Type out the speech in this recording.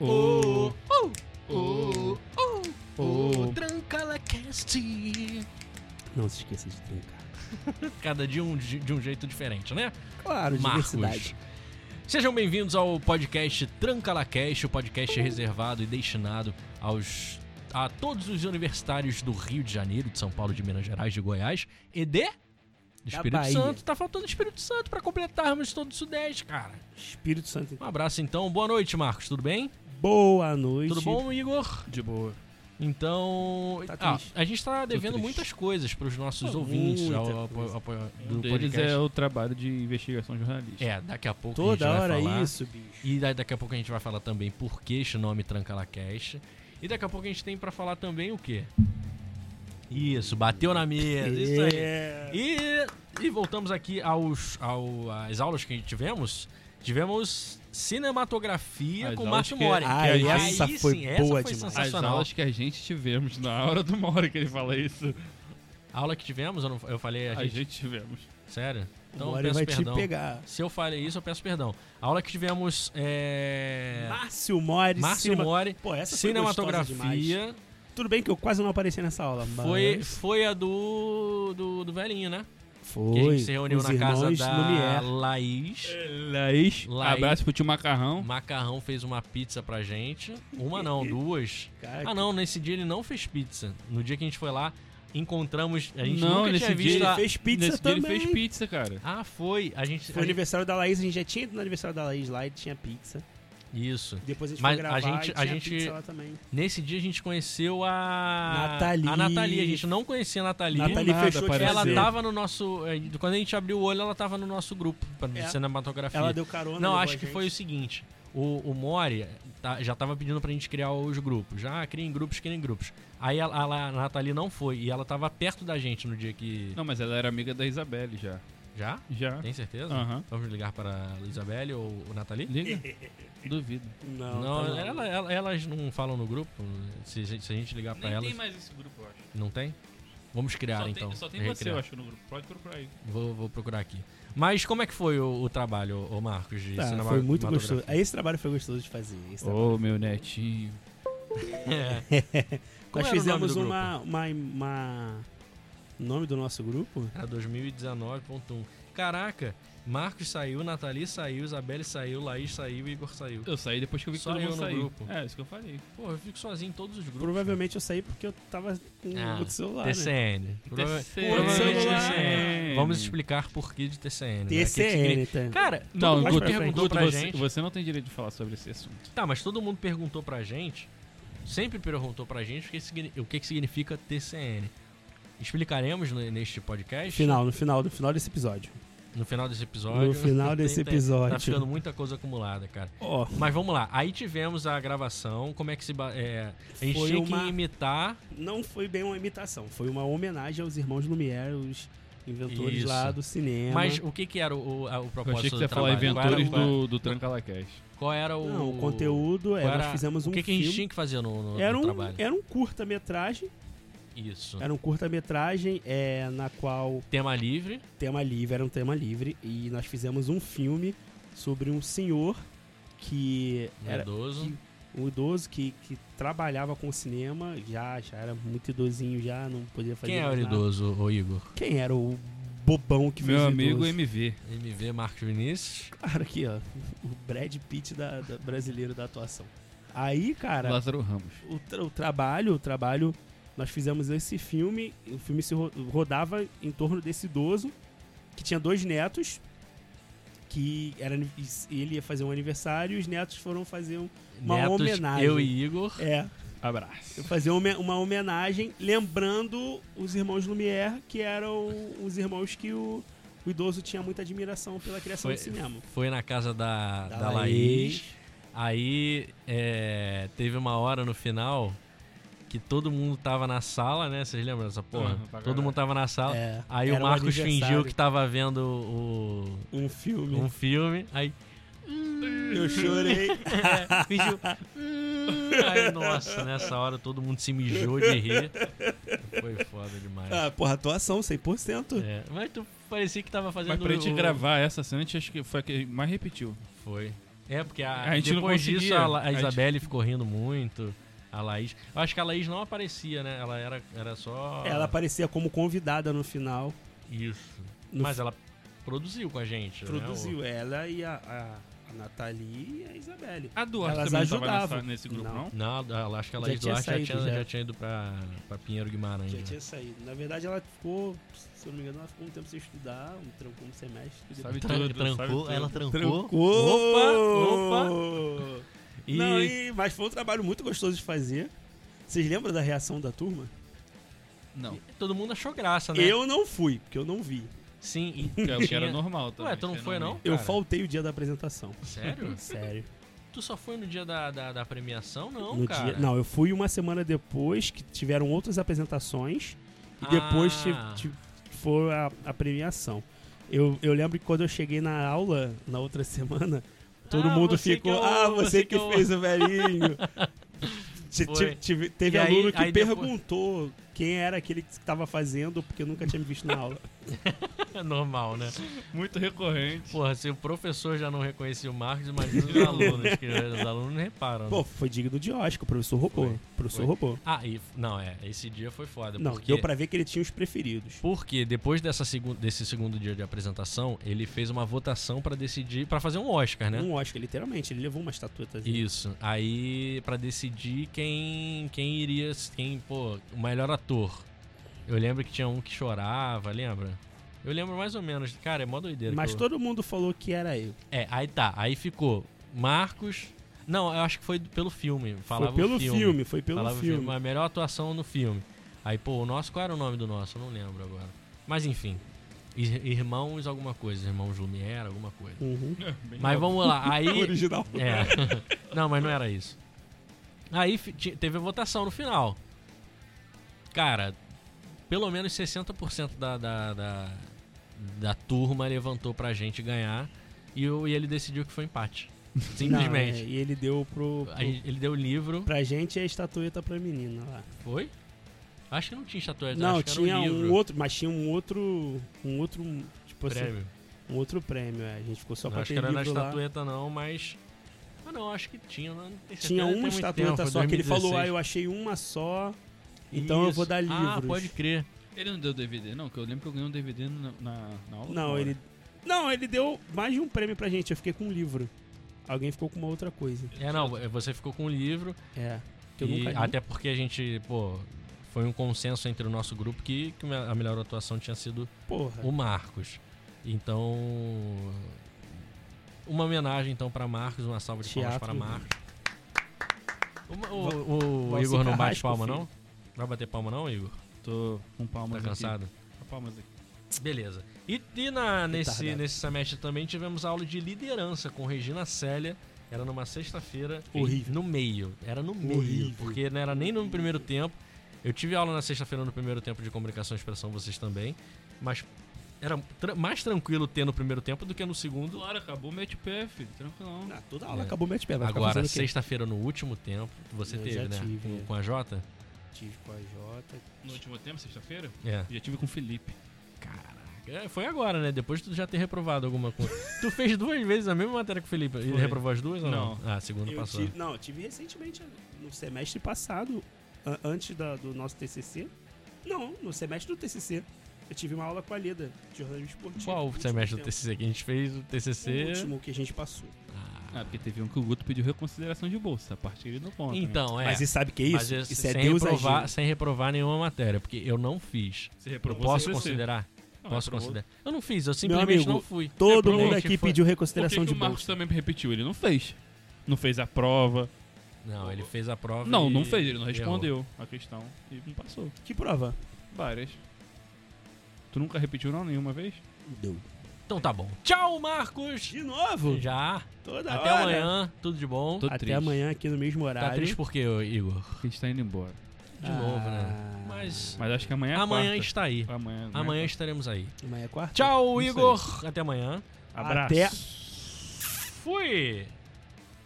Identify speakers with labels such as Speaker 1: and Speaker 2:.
Speaker 1: Oh,
Speaker 2: oh,
Speaker 1: oh,
Speaker 2: oh.
Speaker 1: Trancala Cast.
Speaker 2: Não se esqueça de trancar.
Speaker 1: Cada dia um, de de um jeito diferente, né?
Speaker 2: Claro,
Speaker 1: Marcos.
Speaker 2: diversidade.
Speaker 1: Sejam bem-vindos ao podcast Trancalacast, o podcast reservado e destinado aos a todos os universitários do Rio de Janeiro, de São Paulo, de Minas Gerais, de Goiás e de Espírito
Speaker 2: Bahia.
Speaker 1: Santo. Tá faltando Espírito Santo pra completarmos todo o Sudeste, cara.
Speaker 2: Espírito Santo.
Speaker 1: Um abraço então. Boa noite, Marcos. Tudo bem?
Speaker 2: Boa noite.
Speaker 1: Tudo bom, Igor?
Speaker 3: De boa.
Speaker 1: Então,
Speaker 2: Tá
Speaker 1: ah,
Speaker 2: triste.
Speaker 1: a gente tá devendo
Speaker 3: triste.
Speaker 1: muitas coisas pros nossos
Speaker 2: Pô,
Speaker 1: ouvintes
Speaker 2: muita
Speaker 1: ao, ao-
Speaker 2: coisa.
Speaker 1: ao- ao-
Speaker 3: Um
Speaker 1: do
Speaker 3: deles é
Speaker 1: podcast.
Speaker 3: o trabalho de investigação jornalística.
Speaker 1: É, daqui a pouco a gente
Speaker 2: Toda
Speaker 1: vai
Speaker 2: hora é
Speaker 1: falar.
Speaker 2: isso, bicho.
Speaker 1: E da- daqui a pouco a gente vai falar também por que este nome Trancalacast. E daqui a pouco a gente tem pra falar também o quê? Isso, bateu na mesa, isso aí.
Speaker 2: É.
Speaker 1: E, e voltamos aqui aos, ao, às aulas que tivemos. Tivemos cinematografia
Speaker 3: As
Speaker 1: com
Speaker 3: aulas
Speaker 1: Márcio
Speaker 3: que-
Speaker 1: Mori.
Speaker 2: Ah,
Speaker 1: Aí
Speaker 2: essa
Speaker 1: sim,
Speaker 2: foi
Speaker 1: essa
Speaker 2: boa
Speaker 1: foi
Speaker 2: demais.
Speaker 3: As
Speaker 1: sensacional.
Speaker 3: aulas que a gente tivemos na hora do Mora que ele fala isso,
Speaker 1: A aula que tivemos, eu, não- eu falei a
Speaker 3: a,
Speaker 1: gente,
Speaker 3: gente... tivemos.
Speaker 1: Sério? Então eu
Speaker 2: Agora
Speaker 1: peço
Speaker 2: ele vai
Speaker 1: perdão.
Speaker 2: te pegar.
Speaker 1: Se eu falei isso, eu peço perdão. A aula que tivemos é.
Speaker 2: Márcio Mores.
Speaker 1: Márcio Mori,
Speaker 2: Pô, essa foi gostosa demais.
Speaker 1: cinematografia.
Speaker 2: Tudo bem que eu quase não apareci nessa aula, mas...
Speaker 1: Foi, foi a do, do. do velhinho, né?
Speaker 2: Foi.
Speaker 1: Que a gente se reuniu
Speaker 2: Os
Speaker 1: na casa
Speaker 2: irmãos
Speaker 1: da
Speaker 2: Lumière.
Speaker 1: Laís.
Speaker 3: Laís,
Speaker 1: Laís.
Speaker 3: abraço pro tio Macarrão.
Speaker 1: Macarrão fez uma pizza pra gente. Uma não, duas.
Speaker 2: Cara,
Speaker 1: Ah, não, nesse dia ele não fez pizza. No dia que a gente foi lá, encontramos. A gente
Speaker 3: Não,
Speaker 1: nunca tinha
Speaker 3: nesse dia
Speaker 1: visto.
Speaker 2: Ele
Speaker 1: a-
Speaker 2: fez pizza
Speaker 3: Nesse dia
Speaker 2: também.
Speaker 3: ele fez pizza, cara.
Speaker 1: Ah, foi. A gente.
Speaker 2: Foi
Speaker 1: a
Speaker 2: o
Speaker 1: gente-
Speaker 2: aniversário da Laís, a gente já tinha ido no aniversário da Laís lá e tinha pizza.
Speaker 1: Isso.
Speaker 2: Depois a gente
Speaker 1: Mas
Speaker 2: foi gravar
Speaker 1: a gente-
Speaker 2: e
Speaker 1: a
Speaker 2: tinha
Speaker 1: gente-
Speaker 2: pizza lá também.
Speaker 1: Nesse dia a gente conheceu a.
Speaker 2: Nathalie.
Speaker 1: A Nathalie. A gente não conhecia a Nathalie.
Speaker 2: Nathalie
Speaker 3: nada,
Speaker 2: fechou de
Speaker 3: parece.
Speaker 1: Ela
Speaker 2: fazer.
Speaker 1: tava no nosso. eh, Quando a gente abriu o olho, ela tava no nosso grupo pra- de
Speaker 2: É.
Speaker 1: cinematografia.
Speaker 2: Ela deu carona.
Speaker 1: Não,
Speaker 2: levou
Speaker 1: acho
Speaker 2: a
Speaker 1: que
Speaker 2: gente.
Speaker 1: foi o seguinte. O, o Mori tá- já tava pedindo pra gente criar os grupos. Já ah, criem grupos, criem grupos. Aí a, a, a Nathalie não foi. E ela tava perto da gente no dia que.
Speaker 3: Não, mas ela era amiga da Isabelle já.
Speaker 1: Já?
Speaker 3: Já.
Speaker 1: Tem certeza?
Speaker 3: Aham.
Speaker 1: Vamos ligar para a Isabelle ou o Nathalie?
Speaker 3: Liga? Duvido.
Speaker 2: Não,
Speaker 1: Não,
Speaker 2: tá não.
Speaker 1: ela- ela- elas não falam no grupo. Se, se a gente ligar pra elas.
Speaker 3: mais esse grupo, eu acho.
Speaker 1: Não tem? Vamos criar então. Recriar.
Speaker 3: acho, no grupo. Pode procurar aí.
Speaker 1: Vou, vou procurar aqui. Mas como é que foi o, o trabalho, ô Marcos, de
Speaker 2: Tá,
Speaker 1: cinema-
Speaker 2: foi muito
Speaker 1: cinematografia?
Speaker 2: gostoso. Esse trabalho foi gostoso de fazer. esse trabalho.
Speaker 3: Ô, meu netinho.
Speaker 1: É. Como
Speaker 2: Nós
Speaker 1: era o nome
Speaker 2: fizemos
Speaker 1: do grupo?
Speaker 2: uma, uma, uma- o nome do nosso grupo?
Speaker 1: Era 2019.1. Caraca, Marcos saiu, Nathalie saiu, Isabelle saiu, Laís saiu e Igor saiu.
Speaker 3: Eu saí depois que eu vi que
Speaker 1: Só
Speaker 3: todo
Speaker 1: eu
Speaker 3: mundo
Speaker 1: no
Speaker 3: saiu.
Speaker 1: grupo.
Speaker 3: É, isso que eu falei.
Speaker 1: Pô, eu fico sozinho em todos os grupos.
Speaker 2: Provavelmente eu saí porque eu tava com
Speaker 1: Ah,
Speaker 2: outro celular, né?
Speaker 1: TCN. Prova-
Speaker 3: TCN.
Speaker 1: Provavelmente TCN.
Speaker 3: TCN.
Speaker 1: Vamos explicar por que de TCN. né? Que
Speaker 2: TCN, tá?
Speaker 1: significa- Cara, todo
Speaker 3: Não,
Speaker 1: mundo
Speaker 2: mais
Speaker 3: Então, Guto,
Speaker 2: pra frente.
Speaker 1: perguntou
Speaker 3: Guto,
Speaker 1: pra
Speaker 3: você,
Speaker 1: gente.
Speaker 3: você não tem direito de falar sobre esse assunto.
Speaker 1: Tá, mas todo mundo perguntou pra gente, sempre perguntou pra gente o que, signi- o que que significa TCN. Explicaremos ne- neste podcast,
Speaker 2: Final, no final, no final desse episódio.
Speaker 1: no final desse episódio.
Speaker 2: No final desse episódio.
Speaker 1: Tá ficando muita coisa acumulada, cara.
Speaker 2: Ó,
Speaker 1: Mas vamos lá, aí tivemos a gravação, como é que se... ba- É, a gente
Speaker 2: Foi
Speaker 1: tinha que
Speaker 2: uma-
Speaker 1: imitar...
Speaker 2: não foi bem uma imitação, foi uma homenagem aos irmãos Lumière, os inventores
Speaker 1: Isso.
Speaker 2: lá do cinema.
Speaker 1: Mas o que que era o, o, a- o
Speaker 3: Eu achei
Speaker 1: propósito
Speaker 3: que
Speaker 1: do
Speaker 3: você ia falar
Speaker 1: trabalho?
Speaker 3: inventores
Speaker 1: qual era, o-
Speaker 3: do, do Trancalacast.
Speaker 1: Qual era o...
Speaker 2: não, o conteúdo é,
Speaker 1: qual
Speaker 2: nós
Speaker 1: era-
Speaker 2: fizemos um
Speaker 1: O que, que a
Speaker 2: filme.
Speaker 1: gente tinha que fazer no, no- no
Speaker 2: era um,
Speaker 1: trabalho?
Speaker 2: era um curta-metragem,
Speaker 1: Isso.
Speaker 2: era um curta-metragem é, na qual
Speaker 1: Tema livre.
Speaker 2: tema livre, era um tema livre, e nós fizemos um filme sobre um senhor que
Speaker 1: é
Speaker 2: era
Speaker 1: Idoso.
Speaker 2: um idoso que, que trabalhava com cinema, já, já era muito idosinho, já não podia fazer
Speaker 1: Quem é
Speaker 2: mais
Speaker 1: o
Speaker 2: nada.
Speaker 1: idoso, ô Igor?
Speaker 2: Quem era o bobão que fez
Speaker 3: Meu
Speaker 2: o
Speaker 3: amigo
Speaker 2: idoso?
Speaker 3: MV.
Speaker 1: MV Marcos Vinícius.
Speaker 2: Cara, aqui, ó, o Brad Pitt da, da- brasileiro da atuação. Aí, cara,
Speaker 3: Lázaro Ramos.
Speaker 2: o, tra- o trabalho, o trabalho, nós fizemos esse filme, o filme se ro- rodava em torno desse idoso que tinha dois netos, que era ani- e ele ia fazer um aniversário e os netos foram fazer um, Uma
Speaker 1: Netos,
Speaker 2: homenagem.
Speaker 1: Eu e Igor.
Speaker 2: é,
Speaker 3: Abraço.
Speaker 2: fazer uma, uma homenagem lembrando os irmãos Lumière, que eram os irmãos que o, o idoso tinha muita admiração pela criação
Speaker 1: Foi-
Speaker 2: do cinema.
Speaker 1: Foi na casa da, da,
Speaker 2: Da
Speaker 1: Laís.
Speaker 2: Laís.
Speaker 1: Aí é, teve uma hora no final que todo mundo tava na sala, né? Vocês lembram dessa porra?
Speaker 3: Aham, pra caralho.
Speaker 1: todo mundo tava na sala.
Speaker 2: É,
Speaker 1: Ah, Aí
Speaker 2: era
Speaker 1: o
Speaker 2: um
Speaker 1: Marcos fingiu
Speaker 2: aniversário.
Speaker 1: que tava vendo o,
Speaker 2: Um filme.
Speaker 1: um filme. Aí
Speaker 2: Eu chorei.
Speaker 1: é, fingiu. "Hum". Aí, nossa, nessa hora todo mundo se mijou de rir. Foi foda demais.
Speaker 2: Ah, porra, atuação 100%.
Speaker 1: É, mas tu parecia que tava fazendo
Speaker 3: Mas pra gente
Speaker 1: o-
Speaker 3: gravar essa cena, a gente acho que foi a que mais repetiu.
Speaker 1: Foi. É, porque a-
Speaker 3: A gente não
Speaker 1: depois disso
Speaker 3: conseguia.
Speaker 1: a, La- a
Speaker 3: A gente-
Speaker 1: Isabelle ficou rindo muito. A Laís. Eu acho que a Laís não aparecia, né? Ela era, era só.
Speaker 2: Ela aparecia como convidada no final.
Speaker 1: Isso.
Speaker 2: No
Speaker 1: Mas ela produziu com a gente. né?
Speaker 2: Produziu ela e a, a, a Nathalie e a Isabelle.
Speaker 3: A Duarte
Speaker 2: Elas
Speaker 3: também não tava
Speaker 2: ajudavam.
Speaker 3: nessa, nesse grupo,
Speaker 2: Não.
Speaker 3: não?
Speaker 1: O- Não, ela- acho que a
Speaker 2: Já
Speaker 1: Laís
Speaker 2: tinha
Speaker 1: Duarte já,
Speaker 2: saído,
Speaker 1: tinha,
Speaker 2: já.
Speaker 1: já tinha ido pra, pra Pinheiro Guimarães.
Speaker 2: Já
Speaker 1: né?
Speaker 2: tinha saído. Na verdade, ela ficou, se eu não me engano, ela ficou um tempo sem estudar, um trancou um semestre.
Speaker 3: Sabe
Speaker 1: Tran-
Speaker 3: tudo,
Speaker 1: trancou,
Speaker 3: sabe tudo.
Speaker 1: ela trancou. Opa, opa.
Speaker 2: Opa! Opa!
Speaker 1: E
Speaker 2: Não, e- mas foi um trabalho muito gostoso de fazer. Vocês lembram da reação da turma?
Speaker 3: Não.
Speaker 1: todo mundo achou graça, né?
Speaker 2: Eu não fui, porque eu não vi.
Speaker 1: Sim, e
Speaker 3: É o que era
Speaker 1: tinha-
Speaker 3: normal também.
Speaker 1: Ué, tu não
Speaker 3: você
Speaker 1: foi, não?
Speaker 3: ia.
Speaker 2: Eu
Speaker 1: Cara.
Speaker 2: faltei o dia da apresentação.
Speaker 1: Sério?
Speaker 2: Sério.
Speaker 1: tu só foi no dia da, da, da premiação, não,
Speaker 2: No
Speaker 1: cara?
Speaker 2: dia- não, eu fui uma semana depois, que tiveram outras apresentações, e depois
Speaker 1: Ah.
Speaker 2: ti- ti- foi a, a premiação. Eu, eu lembro que quando eu cheguei na aula, na outra semana, todo
Speaker 1: Ah,
Speaker 2: mundo
Speaker 1: você que
Speaker 2: ficou,
Speaker 1: é o-
Speaker 2: ah, você
Speaker 1: você
Speaker 2: que,
Speaker 1: que é o-"
Speaker 2: fez o velhinho. Ti- ti-
Speaker 1: Foi.
Speaker 2: tive- teve
Speaker 1: E aí-
Speaker 2: aluno que
Speaker 1: aí depois-
Speaker 2: perguntou quem era aquele que estava fazendo, porque eu nunca tinha me visto na aula.
Speaker 1: É normal, né?
Speaker 3: é Muito recorrente.
Speaker 1: Porra, se o professor já não reconhecia o Marcos, imagina os alunos, que os alunos não reparam. né?
Speaker 2: Pô, foi digno de Oscar, o professor roubou.
Speaker 1: Foi.
Speaker 2: O professor
Speaker 1: Foi.
Speaker 2: roubou.
Speaker 1: Ah, e, não, é, esse dia foi foda.
Speaker 2: Não,
Speaker 1: porque,
Speaker 2: deu pra ver que ele tinha os preferidos.
Speaker 1: porque depois dessa segun, desse segundo dia de apresentação, ele fez uma votação pra decidir, pra fazer um Oscar, né?
Speaker 2: Um Oscar, literalmente, ele levou uma estatueta.
Speaker 1: Isso. Aí, pra decidir quem quem iria, quem, pô, o melhor ator. Eu lembro que tinha um que chorava, lembra? Eu lembro mais ou menos. Cara, é mó doideira.
Speaker 2: Mas
Speaker 1: que eu-
Speaker 2: todo mundo falou que era eu.
Speaker 1: É, aí tá. Aí ficou Marcos... Não, eu acho que foi pelo filme. Falava
Speaker 2: foi pelo
Speaker 1: o
Speaker 2: filme.
Speaker 1: filme.
Speaker 2: foi pelo
Speaker 1: Falava o
Speaker 2: filme.
Speaker 1: filme, mas a melhor atuação no filme. Aí, pô, o nosso, qual era o nome do nosso? Eu não lembro agora. Mas enfim. Ir- Irmãos alguma coisa, irmãos Lumière, alguma coisa.
Speaker 2: Uhum.
Speaker 3: Bem
Speaker 1: Mas
Speaker 3: óbvio.
Speaker 1: vamos lá, aí.
Speaker 2: Original.
Speaker 1: é. Não, mas não era isso. Aí fi- ti- teve a votação no final. Cara, pelo menos 60% da, da, da, da turma levantou pra gente ganhar. E, o- e ele decidiu que foi empate.
Speaker 2: Não, é,
Speaker 1: Simplesmente.
Speaker 2: e ele deu pro, pro-
Speaker 1: Aí ele deu o livro.
Speaker 2: pra gente a estatueta pra menina lá.
Speaker 1: Foi? Acho que não tinha estatueta,
Speaker 2: Não,
Speaker 1: acho que
Speaker 2: tinha
Speaker 1: era um livro.
Speaker 2: um outro, mas tinha um outro, um outro, tipo assim,
Speaker 1: prêmio.
Speaker 2: um outro prêmio. é. A gente ficou só
Speaker 1: Não
Speaker 2: com
Speaker 1: acho que
Speaker 2: aquele
Speaker 1: era na
Speaker 2: livro lá.
Speaker 1: estatueta, não, mas. Ah, não, acho que tinha. Não, tem certeza,
Speaker 2: Tinha
Speaker 1: tem
Speaker 2: uma
Speaker 1: muito
Speaker 2: estatueta
Speaker 1: tempo,
Speaker 2: só que ele falou, ah,
Speaker 1: 2016.
Speaker 2: eu achei uma só, então eu vou
Speaker 1: Isso.
Speaker 2: dar livros.
Speaker 1: Ah, pode crer.
Speaker 3: Ele não deu DVD, não? Que eu lembro que eu ganhei um DVD na, na, na aula.
Speaker 2: Não,
Speaker 3: Fora.
Speaker 2: ele. Não, ele deu mais de um prêmio pra gente. Eu fiquei com um livro. Alguém ficou com uma outra coisa.
Speaker 1: É, não, você ficou com o livro.
Speaker 2: É. Que eu
Speaker 1: e
Speaker 2: nunca li.
Speaker 1: Até porque a gente, pô, foi um consenso entre o nosso grupo que, que a melhor atuação tinha sido
Speaker 2: Porra.
Speaker 1: o Marcos. Então. Uma homenagem, então, pra Marcos, uma salva de
Speaker 2: Teatro.
Speaker 1: palmas para Marcos. Uma- O,
Speaker 2: Va-
Speaker 1: o
Speaker 2: Valci
Speaker 1: Igor não bate
Speaker 2: Carrasco,
Speaker 1: palma,
Speaker 2: filho.
Speaker 1: não? Vai bater palma, não, Igor?
Speaker 3: Tô com
Speaker 1: Tá
Speaker 3: palmas aqui.
Speaker 1: cansado?
Speaker 3: Com palmas aqui.
Speaker 1: Beleza. E, e na, nesse,
Speaker 2: Retardado.
Speaker 1: nesse semestre também tivemos aula de liderança com Regina Célia. Era numa sexta-feira.
Speaker 2: Horrível.
Speaker 1: No meio. Era no meio.
Speaker 2: Horrível.
Speaker 1: Porque não era nem no primeiro tempo. Eu tive aula na sexta-feira no primeiro tempo de comunicação e expressão, vocês também. Mas era tra- mais tranquilo ter no primeiro tempo do que no segundo.
Speaker 3: Claro, acabou o mete pé, filho. Tranquilão.
Speaker 2: Ah, toda aula
Speaker 1: É.
Speaker 2: acabou mete pé. vai ficar
Speaker 1: Agora,
Speaker 2: fazendo o quê?
Speaker 1: sexta-feira no último tempo, você
Speaker 2: Eu
Speaker 1: teve,
Speaker 2: já
Speaker 1: né?
Speaker 2: tive,
Speaker 1: Com-
Speaker 2: é.
Speaker 1: Com a Jota?
Speaker 2: Tive com a Jota.
Speaker 3: No último tempo, sexta-feira,
Speaker 1: É.
Speaker 3: já tive com o Felipe.
Speaker 1: É, Foi agora, né? Depois de tu já ter reprovado alguma coisa. tu fez duas vezes a mesma matéria que o Felipe. Ele
Speaker 3: Foi.
Speaker 1: reprovou as duas ou não?
Speaker 3: Não.
Speaker 1: Ah, segunda
Speaker 2: Eu
Speaker 1: passou.
Speaker 2: tive, não, eu tive recentemente, no semestre passado, a- antes da- do nosso TCC. Não, no semestre do TCC. Eu tive uma aula com a Leda, de jornalismo esportivo.
Speaker 1: Qual o
Speaker 3: Tipo,
Speaker 2: Último
Speaker 1: semestre do
Speaker 2: tempo.
Speaker 1: TCC que a gente fez? O
Speaker 2: O
Speaker 1: TCC.
Speaker 2: último que a gente passou.
Speaker 1: Ah,
Speaker 3: Ah, porque teve um que o Guto pediu reconsideração de bolsa. A partir dele não conta. né?
Speaker 1: então, é.
Speaker 2: Mas e sabe o que é
Speaker 1: mas
Speaker 2: isso?
Speaker 1: esse-
Speaker 2: Isso é
Speaker 1: sem,
Speaker 2: Deus
Speaker 1: reprovar,
Speaker 2: agindo.
Speaker 1: sem reprovar nenhuma matéria, porque eu não fiz.
Speaker 3: Você
Speaker 1: Eu
Speaker 3: né? reprovou,
Speaker 1: posso
Speaker 3: você-
Speaker 1: considerar?
Speaker 3: Não, é
Speaker 1: posso
Speaker 3: reprovou.
Speaker 1: considerar. Eu não fiz, eu simplesmente
Speaker 2: amigo,
Speaker 1: não fui.
Speaker 2: Todo
Speaker 1: Reprovou
Speaker 2: mundo
Speaker 1: que
Speaker 2: aqui
Speaker 1: foi-
Speaker 2: pediu
Speaker 3: Por que,
Speaker 2: reconsideração
Speaker 3: que o
Speaker 2: de
Speaker 3: Marcos
Speaker 2: bolsa.
Speaker 3: também repetiu? Ele não fez. Não fez a prova.
Speaker 1: Não, ele fez a prova.
Speaker 3: Não,
Speaker 1: e
Speaker 3: não fez. Ele não
Speaker 1: errou.
Speaker 3: respondeu a questão. E não passou.
Speaker 2: Que prova?
Speaker 3: Várias. Tu nunca repetiu não nenhuma vez?
Speaker 2: Deu.
Speaker 1: Então tá bom. Tchau, Marcos!
Speaker 2: De novo?
Speaker 1: Já.
Speaker 2: Toda
Speaker 1: Até
Speaker 2: hora.
Speaker 1: amanhã, tudo de bom.
Speaker 3: Tô
Speaker 2: Até
Speaker 3: triste.
Speaker 2: amanhã aqui no mesmo
Speaker 1: Tá
Speaker 2: horário.
Speaker 1: triste por quê, ô, Igor?
Speaker 3: Porque a gente tá indo embora.
Speaker 1: De novo, né?
Speaker 2: Ah,
Speaker 1: Mas
Speaker 3: Mas acho que amanhã é
Speaker 1: amanhã
Speaker 3: quarta.
Speaker 1: está aí.
Speaker 3: Amanhã.
Speaker 2: é
Speaker 3: né?
Speaker 1: Amanhã estaremos aí.
Speaker 2: Amanhã é quarta?
Speaker 1: Tchau,
Speaker 3: Isso
Speaker 1: Igor. Até amanhã.
Speaker 3: Abraço.
Speaker 2: Até
Speaker 1: Fui!